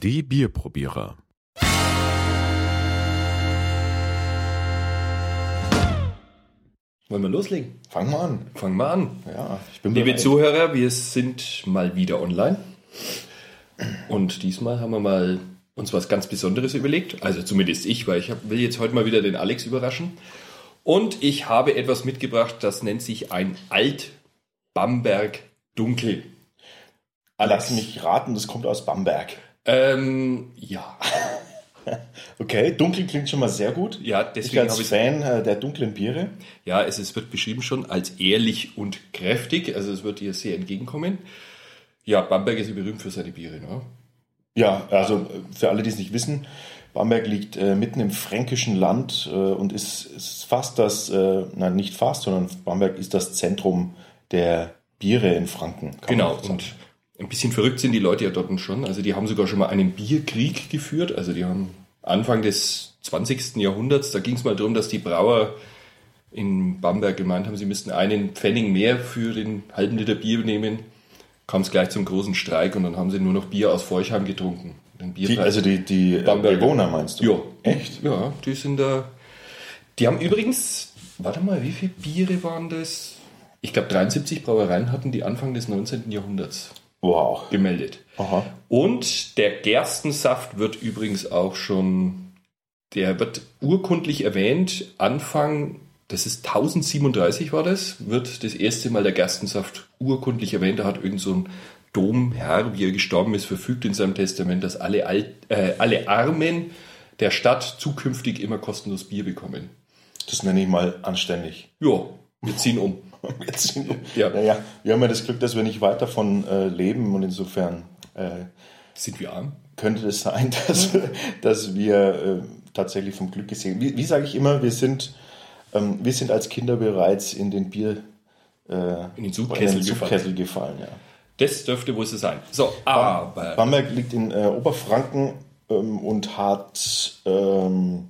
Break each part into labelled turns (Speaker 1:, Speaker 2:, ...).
Speaker 1: CD-Bierprobierer.
Speaker 2: Wollen wir loslegen?
Speaker 3: Fang mal an.
Speaker 2: Fangen wir an.
Speaker 3: Ja, ich bin
Speaker 2: Liebe
Speaker 3: bereit.
Speaker 2: Zuhörer, wir sind mal wieder online. Und diesmal haben wir mal uns was ganz Besonderes überlegt. Also zumindest ich, weil ich hab, will jetzt heute mal wieder den Alex überraschen. Und ich habe etwas mitgebracht, das nennt sich ein Alt-Bamberg Dunkel.
Speaker 3: Ah, Lass mich raten, das kommt aus Bamberg.
Speaker 2: Ähm, ja.
Speaker 3: Okay, dunkel klingt schon mal sehr gut.
Speaker 2: Ja,
Speaker 3: ich
Speaker 2: deswegen
Speaker 3: als
Speaker 2: habe ich
Speaker 3: Fan äh, der dunklen Biere.
Speaker 2: Ja, es ist, wird beschrieben schon als ehrlich und kräftig. Also es wird dir sehr entgegenkommen. Ja, Bamberg ist ja berühmt für seine Biere. Ne?
Speaker 3: Ja, also äh, für alle, die es nicht wissen, Bamberg liegt äh, mitten im fränkischen Land äh, und ist, ist fast das, äh, nein, nicht fast, sondern Bamberg ist das Zentrum der Biere in Franken. kann
Speaker 2: Genau.
Speaker 3: man sagen.
Speaker 2: Und ein bisschen verrückt sind die Leute ja dort schon. Also die haben sogar schon mal einen Bierkrieg geführt. Also die haben Anfang des 20. Jahrhunderts, da ging es mal darum, dass die Brauer in Bamberg gemeint haben, sie müssten einen Pfennig mehr für den halben Liter Bier nehmen. Kam es gleich zum großen Streik und dann haben sie nur noch Bier aus Feuchheim getrunken. Den
Speaker 3: die,
Speaker 2: Bierpreis-
Speaker 3: also die, die äh,
Speaker 2: Bamberger.
Speaker 3: Bewohner meinst du?
Speaker 2: Ja.
Speaker 3: Echt?
Speaker 2: Ja, die sind da. Die haben übrigens, warte mal, wie viele Biere waren das? Ich glaube, 73 Brauereien hatten die Anfang des 19. Jahrhunderts
Speaker 3: Wow.
Speaker 2: gemeldet.
Speaker 3: Aha.
Speaker 2: Und der Gerstensaft wird übrigens auch schon, der wird urkundlich erwähnt, Anfang, das ist 1037 war das, wird das erste Mal der Gerstensaft urkundlich erwähnt. Da hat irgend so ein Domherr, wie er gestorben ist, verfügt in seinem Testament, dass alle, Alt, äh, alle Armen der Stadt zukünftig immer kostenlos Bier bekommen.
Speaker 3: Das nenne ich mal anständig.
Speaker 2: Ja, wir ziehen um.
Speaker 3: Jetzt,
Speaker 2: Ja.
Speaker 3: ja. Naja, wir haben ja das Glück, dass wir nicht weit davon äh, leben und insofern äh,
Speaker 2: Sind wir arm?
Speaker 3: könnte es sein, dass, dass wir äh, tatsächlich vom Glück gesehen Wie, wie sage ich immer, wir sind, ähm, wir sind als Kinder bereits in den Bier. Äh,
Speaker 2: In den Zugkessel
Speaker 3: in den
Speaker 2: gefallen.
Speaker 3: Zugkessel gefallen ja.
Speaker 2: Das dürfte wohl so sein. So, aber.
Speaker 3: Bamberg liegt in äh, Oberfranken ähm, und hat ähm,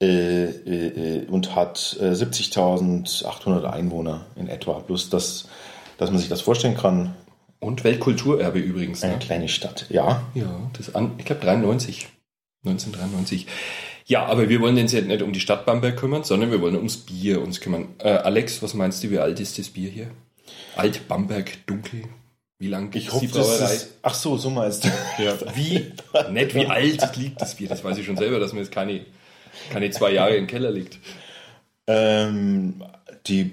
Speaker 3: äh, äh, äh, und hat äh, 70.800 Einwohner in etwa. Bloß das, dass man sich das vorstellen kann,
Speaker 2: Und Weltkulturerbe übrigens.
Speaker 3: eine
Speaker 2: Ne?
Speaker 3: kleine Stadt. Ja,
Speaker 2: Ja, das an, ich glaube 93. 1993. Ja, aber wir wollen uns jetzt nicht um die Stadt Bamberg kümmern, sondern wir wollen ums Bier uns kümmern. Äh, Alex, was meinst du, wie alt ist das Bier hier? Alt Bamberg, dunkel. Wie lang
Speaker 3: ich
Speaker 2: gibt's
Speaker 3: hoffe, das ist. Ach so, so meinst du.
Speaker 2: ja. Wie nett, wie alt liegt das Bier? Das weiß ich schon selber, dass mir jetzt keine, keine zwei Jahre im Keller liegt.
Speaker 3: Ähm, die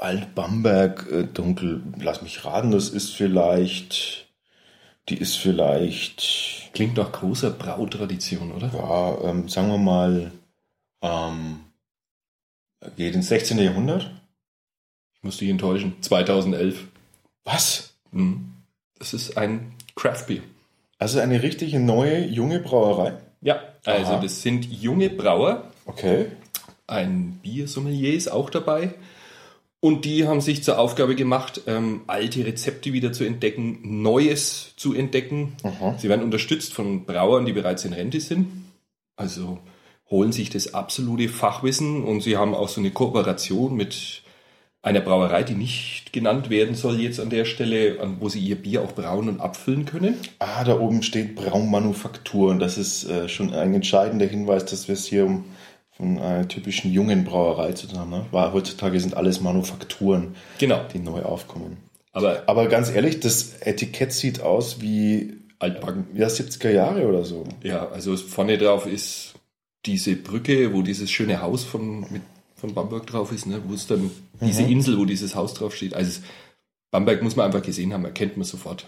Speaker 3: Alt-Bamberg äh, dunkel, lass mich raten, das ist vielleicht. Die ist vielleicht
Speaker 2: Klingt nach großer Brautradition, oder?
Speaker 3: ja, ähm, sagen wir mal, ähm, geht ins 16. Jahrhundert.
Speaker 2: Ich muss dich enttäuschen. 2011.
Speaker 3: Was?
Speaker 2: Hm. Das ist ein Craft-Bier.
Speaker 3: Also eine richtige neue, junge Brauerei.
Speaker 2: Ja, also
Speaker 3: Aha.
Speaker 2: das sind junge Brauer,
Speaker 3: Okay.
Speaker 2: ein Biersommelier ist auch dabei. Und die haben sich zur Aufgabe gemacht, ähm, alte Rezepte wieder zu entdecken, Neues zu entdecken.
Speaker 3: Aha.
Speaker 2: Sie werden unterstützt von Brauern, die bereits in Rente sind. Also holen sich das absolute Fachwissen und sie haben auch so eine Kooperation mit einer Brauerei, die nicht genannt werden soll jetzt an der Stelle, an- wo sie ihr Bier auch brauen und abfüllen können.
Speaker 3: Ah, da oben steht Braumanufaktur und das ist äh, schon ein entscheidender Hinweis, dass wir es hier um von einer typischen jungen Brauerei zu tun haben. Ne? Weil heutzutage sind alles Manufakturen,
Speaker 2: Genau.
Speaker 3: die neu aufkommen.
Speaker 2: Aber
Speaker 3: Aber ganz ehrlich, das Etikett sieht aus wie
Speaker 2: altbacken.
Speaker 3: ja, 70er Jahre oder so.
Speaker 2: Ja, also es- vorne drauf ist diese Brücke, wo dieses schöne Haus von, mit, von Bamberg drauf ist, ne? wo es dann diese
Speaker 3: Mhm.
Speaker 2: Insel, wo dieses Haus drauf steht. Also es, Bamberg muss man einfach gesehen haben, erkennt man sofort.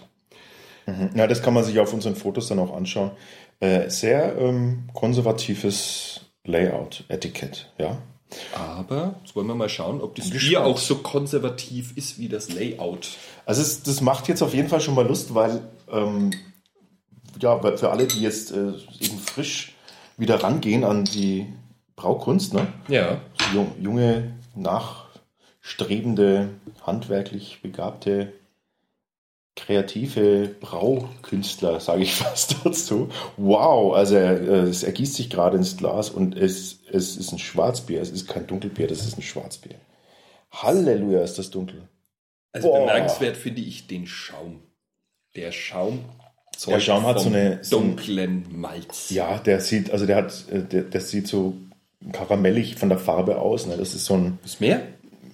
Speaker 3: Ja, das kann man sich auf unseren Fotos dann auch anschauen. Äh, sehr ähm, konservatives Layout, Etikett, ja.
Speaker 2: Aber jetzt wollen wir mal schauen, ob das Bier
Speaker 3: Bin gespannt.
Speaker 2: auch so konservativ ist wie das Layout.
Speaker 3: Also es, das macht jetzt auf jeden Fall schon mal Lust, weil ähm, ja, weil für alle, die jetzt äh, eben frisch wieder rangehen an die Braukunst, ne?
Speaker 2: Ja.
Speaker 3: Jung, junge, nachstrebende, handwerklich begabte, kreative Braukünstler, sage ich fast dazu. Wow, also äh, es ergießt sich gerade ins Glas und es, es ist ein Schwarzbier. Es ist kein Dunkelbier, das ist ein Schwarzbier. Halleluja, ist das dunkel.
Speaker 2: Also
Speaker 3: Boah.
Speaker 2: bemerkenswert finde ich den Schaum. Der Schaum Zeug
Speaker 3: Der Schaum hat so
Speaker 2: vom
Speaker 3: eine- so ein-
Speaker 2: dunklen Malz.
Speaker 3: Ja, der sieht, also der hat, äh, der, der sieht so karamellig von der Farbe aus. Ne? Das ist so ein,
Speaker 2: Ist mehr?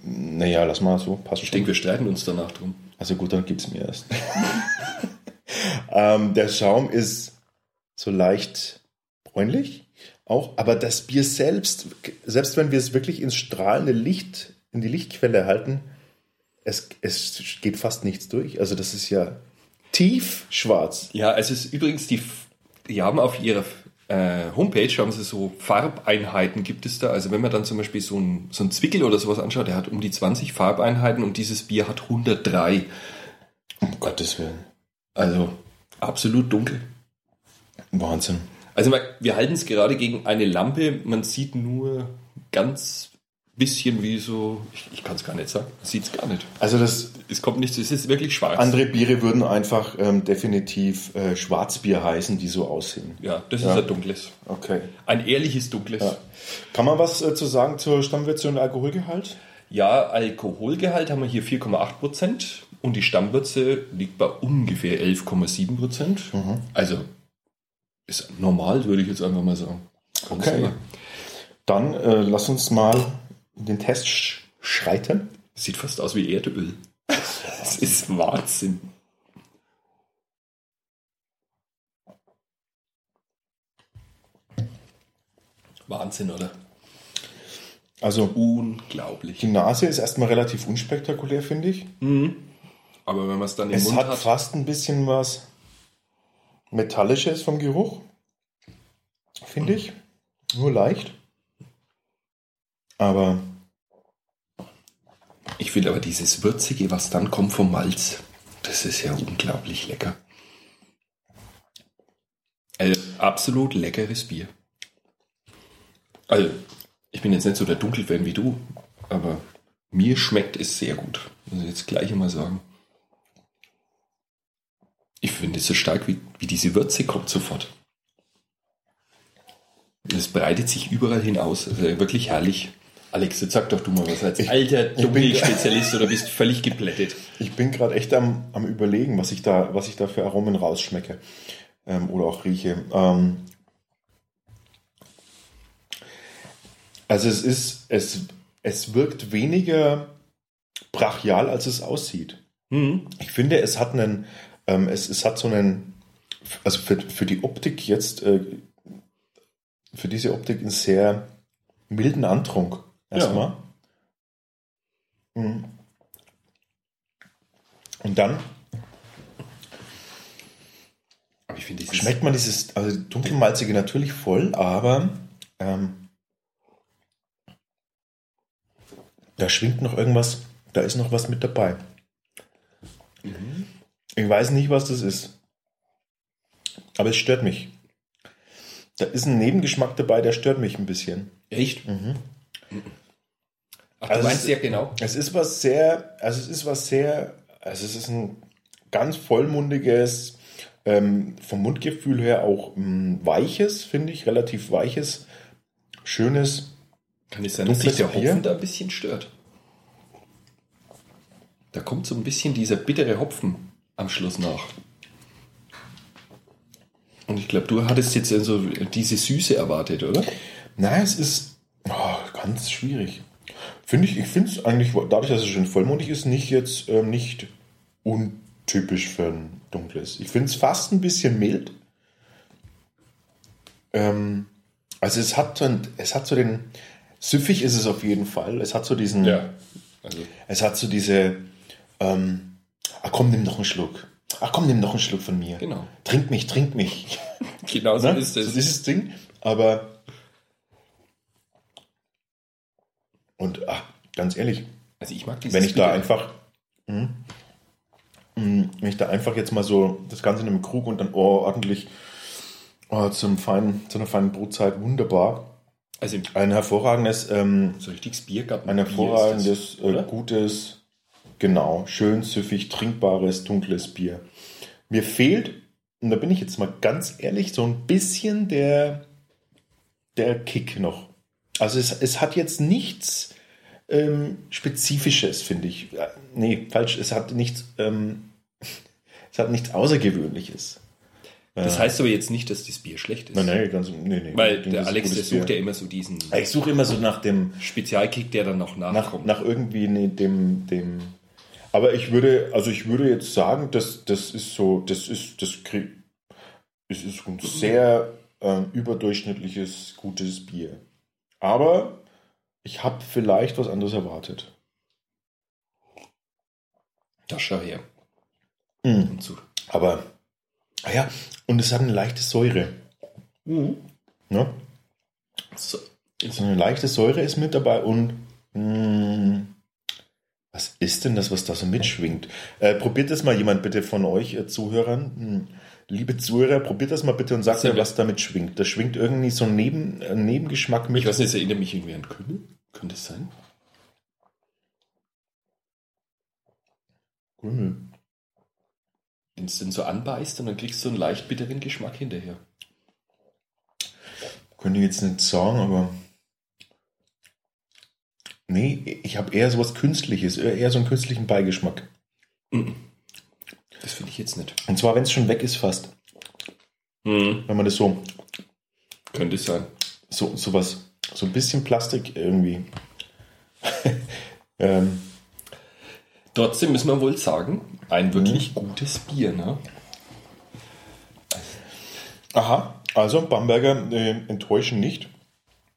Speaker 3: naja, lass mal so, passt
Speaker 2: Ich
Speaker 3: schon.
Speaker 2: denke, wir streiten uns danach drum.
Speaker 3: Also gut, dann gib's mir erst. ähm, der Schaum ist so leicht bräunlich auch, aber das Bier selbst, selbst wenn wir es wirklich ins strahlende Licht, in die Lichtquelle halten, es, es geht fast nichts durch. Also das ist ja tief schwarz.
Speaker 2: Ja, es ist übrigens die, F- die haben auf ihrer äh, Homepage haben sie so Farbeinheiten gibt es da. Also wenn man dann zum Beispiel so einen so einen Zwickel oder sowas anschaut, der hat um die 20 Farbeinheiten und dieses Bier hat 103.
Speaker 3: Um Gottes Willen.
Speaker 2: Also absolut dunkel.
Speaker 3: Wahnsinn.
Speaker 2: Also man- wir halten es gerade gegen eine Lampe. Man sieht nur ganz bisschen wie so, ich, ich kann es gar nicht sagen, sieht es gar nicht.
Speaker 3: Also das,
Speaker 2: Es kommt nichts, es ist wirklich schwarz.
Speaker 3: Andere Biere würden einfach ähm, definitiv äh, Schwarzbier heißen, die so aussehen.
Speaker 2: ja, das
Speaker 3: Ja.
Speaker 2: ist ein dunkles.
Speaker 3: Okay.
Speaker 2: Ein ehrliches dunkles.
Speaker 3: Ja. Kann man was äh, zu sagen zur Stammwürze und Alkoholgehalt?
Speaker 2: Ja, Alkoholgehalt haben wir hier 4,8 Prozent und die Stammwürze liegt bei ungefähr 11,7 Prozent.
Speaker 3: Mhm.
Speaker 2: Also ist normal, würde ich jetzt einfach mal sagen. Ganz
Speaker 3: Okay.
Speaker 2: normal.
Speaker 3: Dann äh, lass uns mal in den Test sch schreiten.
Speaker 2: Sieht fast aus wie Erdöl. Das ist Wahnsinn. Wahnsinn, oder?
Speaker 3: Also
Speaker 2: Unglaublich.
Speaker 3: die Nase ist erstmal relativ unspektakulär, finde ich.
Speaker 2: Aber wenn man es dann im
Speaker 3: Mhm. es
Speaker 2: Mund
Speaker 3: hat,
Speaker 2: hat,
Speaker 3: fast ein bisschen was Metallisches vom Geruch, finde
Speaker 2: Mhm.
Speaker 3: ich. Nur leicht. Aber
Speaker 2: Ich finde aber dieses Würzige, was dann kommt vom Malz, das ist ja unglaublich lecker. Also absolut leckeres Bier. Also, ich bin jetzt nicht so der Dunkelfan wie du, aber mir schmeckt es sehr gut. Muss ich jetzt gleich einmal sagen. Ich finde es so stark, wie, wie diese Würze kommt sofort. Es breitet sich überall hin aus. Also wirklich herrlich. Alex, jetzt sag doch du mal was als
Speaker 3: Ich-
Speaker 2: alter
Speaker 3: ich bin-
Speaker 2: Dunkelspezialist oder bist völlig geplättet.
Speaker 3: Ich bin gerade echt am, am überlegen, was ich, da, was ich da für Aromen rausschmecke ähm, oder auch rieche. Ähm, also es ist, es, es wirkt weniger brachial, als es aussieht.
Speaker 2: Mhm.
Speaker 3: Ich finde, es hat einen, ähm, es, es hat so einen, also für, für die Optik jetzt, äh, für diese Optik einen sehr milden Antrunk. Erstmal. Mhm. Und dann
Speaker 2: Aber ich finde, dieses-
Speaker 3: schmeckt man dieses also dunkelmalzige natürlich voll, aber ähm, da schwingt noch irgendwas, da ist noch was mit dabei. Ich weiß nicht, was das ist, aber es stört mich. Da ist ein Nebengeschmack dabei, der stört mich ein bisschen. Mhm.
Speaker 2: Echt? Ach, du
Speaker 3: Also es
Speaker 2: meinst
Speaker 3: ist-
Speaker 2: ja genau.
Speaker 3: Es ist was sehr, also es ist was sehr, also es ist ein ganz vollmundiges, ähm, vom Mundgefühl her auch ähm, weiches, finde ich, relativ weiches, schönes.
Speaker 2: Kann es sein, dass sich
Speaker 3: Dunkles
Speaker 2: der
Speaker 3: Bier?
Speaker 2: Hopfen da ein bisschen stört? Da kommt so ein bisschen dieser bittere Hopfen am Schluss nach. Und ich glaube, du hattest jetzt so diese Süße erwartet, oder?
Speaker 3: Na, es ist oh, ganz schwierig. Finde ich, ich finde es eigentlich, dadurch, dass es schön vollmundig ist, nicht jetzt ähm, nicht untypisch für ein dunkles. Ich finde es fast ein bisschen mild. Ähm, also es hat, so ein- es hat so den, süffig ist es auf jeden Fall. Es hat so diesen,
Speaker 2: Also,
Speaker 3: es hat so diese, ähm, ah komm, nimm noch einen Schluck. Ach komm, nimm noch einen Schluck von mir.
Speaker 2: Genau.
Speaker 3: Trink mich, trink mich.
Speaker 2: genau so
Speaker 3: Ne?
Speaker 2: ist
Speaker 3: So
Speaker 2: es.
Speaker 3: dieses Ding, aber. Und ah, ganz ehrlich,
Speaker 2: Also ich mag dieses
Speaker 3: wenn ich da
Speaker 2: Bittere.
Speaker 3: einfach. Hm, hm, wenn ich da einfach jetzt mal so das Ganze in einem Krug und dann oh, ordentlich oh, zum feinen, zu einer feinen Brotzeit wunderbar.
Speaker 2: Also
Speaker 3: Ein hervorragendes, ähm,
Speaker 2: so richtiges Biergarten.
Speaker 3: ein hervorragendes, äh,
Speaker 2: oder?
Speaker 3: gutes, genau, schön süffig, trinkbares, dunkles Bier. Mir fehlt, und da bin ich jetzt mal ganz ehrlich, so ein bisschen der, der Kick noch. Also es, es hat jetzt nichts ähm, Spezifisches, finde ich. Äh, Nee, falsch, es hat nichts, ähm, es hat nichts Außergewöhnliches.
Speaker 2: Das heißt aber jetzt nicht, dass das Bier schlecht ist.
Speaker 3: Nein, nein, ganz, nee, nee.
Speaker 2: Weil
Speaker 3: Ich denke,
Speaker 2: der
Speaker 3: das ist
Speaker 2: Alex, der
Speaker 3: gutes
Speaker 2: sucht ja
Speaker 3: Bier.
Speaker 2: immer so diesen
Speaker 3: Ich suche immer so nach dem,
Speaker 2: Spezialkick, der dann noch
Speaker 3: nach,
Speaker 2: nachkommt.
Speaker 3: nach irgendwie ne, dem, dem. Aber ich würde, also ich würde jetzt sagen, das, das ist so, das ist, das krieg, es ist ein sehr ähm, überdurchschnittliches, gutes Bier. Aber ich habe vielleicht was anderes erwartet.
Speaker 2: das schau her.
Speaker 3: Mhm.
Speaker 2: Und so.
Speaker 3: Aber, ah ja, und es hat eine leichte Säure. Ne?
Speaker 2: So.
Speaker 3: So eine leichte Säure ist mit dabei und mh, was ist denn das, was da so mitschwingt? Äh, probiert das mal jemand bitte von euch äh, Zuhörern. Hm. Liebe Zuhörer, probiert das mal bitte und sagt
Speaker 2: Sehr
Speaker 3: mir, was damit schwingt. Da schwingt irgendwie so ein Neben, äh, Nebengeschmack mit.
Speaker 2: Ich weiß nicht, es erinnert mich irgendwie an Kümmel. Könnte es sein?
Speaker 3: Grümmel.
Speaker 2: Wenn es denn so anbeißt und dann kriegst du einen leicht bitteren Geschmack hinterher.
Speaker 3: Könnte ich jetzt nicht sagen, aber. Nee, ich habe eher sowas Künstliches, eher eher so einen künstlichen Beigeschmack.
Speaker 2: Das finde ich jetzt nicht.
Speaker 3: Und zwar, wenn es schon weg ist, fast. Wenn man das so,
Speaker 2: Könnte es sein.
Speaker 3: so, sowas, so ein bisschen Plastik irgendwie. ähm,
Speaker 2: Trotzdem müssen wir wohl sagen, ein wirklich gutes Bier. Ne?
Speaker 3: Aha, also Bamberger äh, enttäuschen nicht.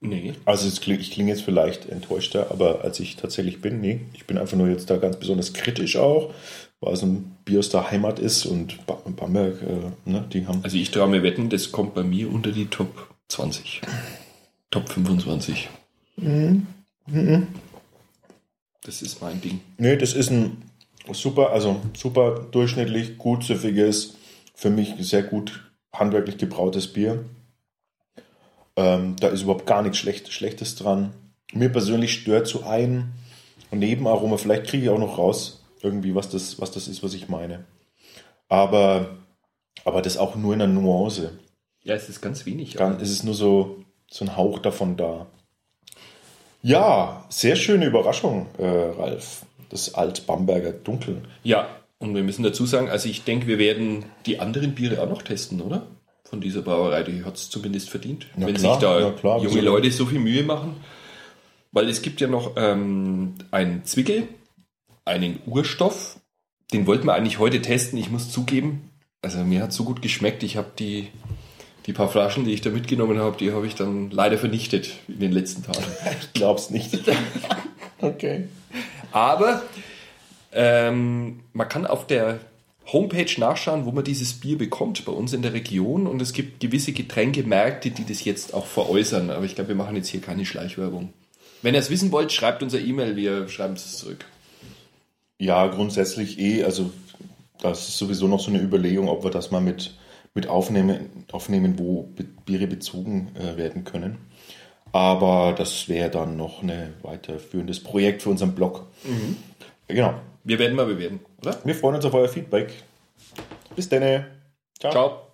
Speaker 2: Nee.
Speaker 3: Also es kling, ich klinge jetzt vielleicht enttäuschter, aber als ich tatsächlich bin, nee, ich bin einfach nur jetzt da ganz besonders kritisch auch, weil es ein Bier aus der Heimat ist und Ba- Bamberg, äh, ne, die haben
Speaker 2: Also ich traue mir wetten, das kommt bei mir unter die Top 20. Top 25. Das ist mein Ding.
Speaker 3: Nee, das ist ein super, also super durchschnittlich, gut süffiges, für mich sehr gut handwerklich gebrautes Bier. Ähm, da ist überhaupt gar nichts Schlecht, Schlechtes dran. Mir persönlich stört so ein Nebenaroma, vielleicht kriege ich auch noch raus, irgendwie, was das, was das ist, was ich meine. Aber, aber das auch nur in der Nuance.
Speaker 2: Ja, es ist ganz wenig.
Speaker 3: Dann ist es nur so, so ein Hauch davon da. Ja, sehr schöne Überraschung, äh, Ralf. Das Alt-Bamberger Dunkel.
Speaker 2: Ja, und wir müssen dazu sagen, also ich denke, wir werden die anderen Biere auch noch testen, oder? Von dieser Brauerei, die hat es zumindest verdient.
Speaker 3: Na
Speaker 2: wenn
Speaker 3: klar,
Speaker 2: sich da
Speaker 3: na klar,
Speaker 2: junge
Speaker 3: wieso?
Speaker 2: Leute so viel Mühe machen. Weil es gibt ja noch ähm, einen Zwickel, einen Urstoff. Den wollten wir eigentlich heute testen. Ich muss zugeben, also mir hat so gut geschmeckt. Ich habe die, die paar Flaschen, die ich da mitgenommen habe, die habe ich dann leider vernichtet in den letzten Tagen.
Speaker 3: Ich glaub's nicht. okay.
Speaker 2: Aber ähm, man kann auf der Homepage nachschauen, wo man dieses Bier bekommt bei uns in der Region. Und es gibt gewisse Getränkemärkte, die das jetzt auch veräußern. Aber ich glaube, wir machen jetzt hier keine Schleichwerbung. Wenn ihr es wissen wollt, schreibt uns eine E-Mail, wir schreiben es zurück.
Speaker 3: Ja, grundsätzlich eh, also das ist sowieso noch so eine Überlegung, ob wir das mal mit, mit aufnehmen, aufnehmen, wo Be- Biere bezogen äh, werden können. Aber das wäre dann noch ein weiterführendes Projekt für unseren Blog. Genau.
Speaker 2: Wir werden mal bewerten, oder?
Speaker 3: Wir freuen uns auf euer Feedback. Bis dann.
Speaker 2: Ciao.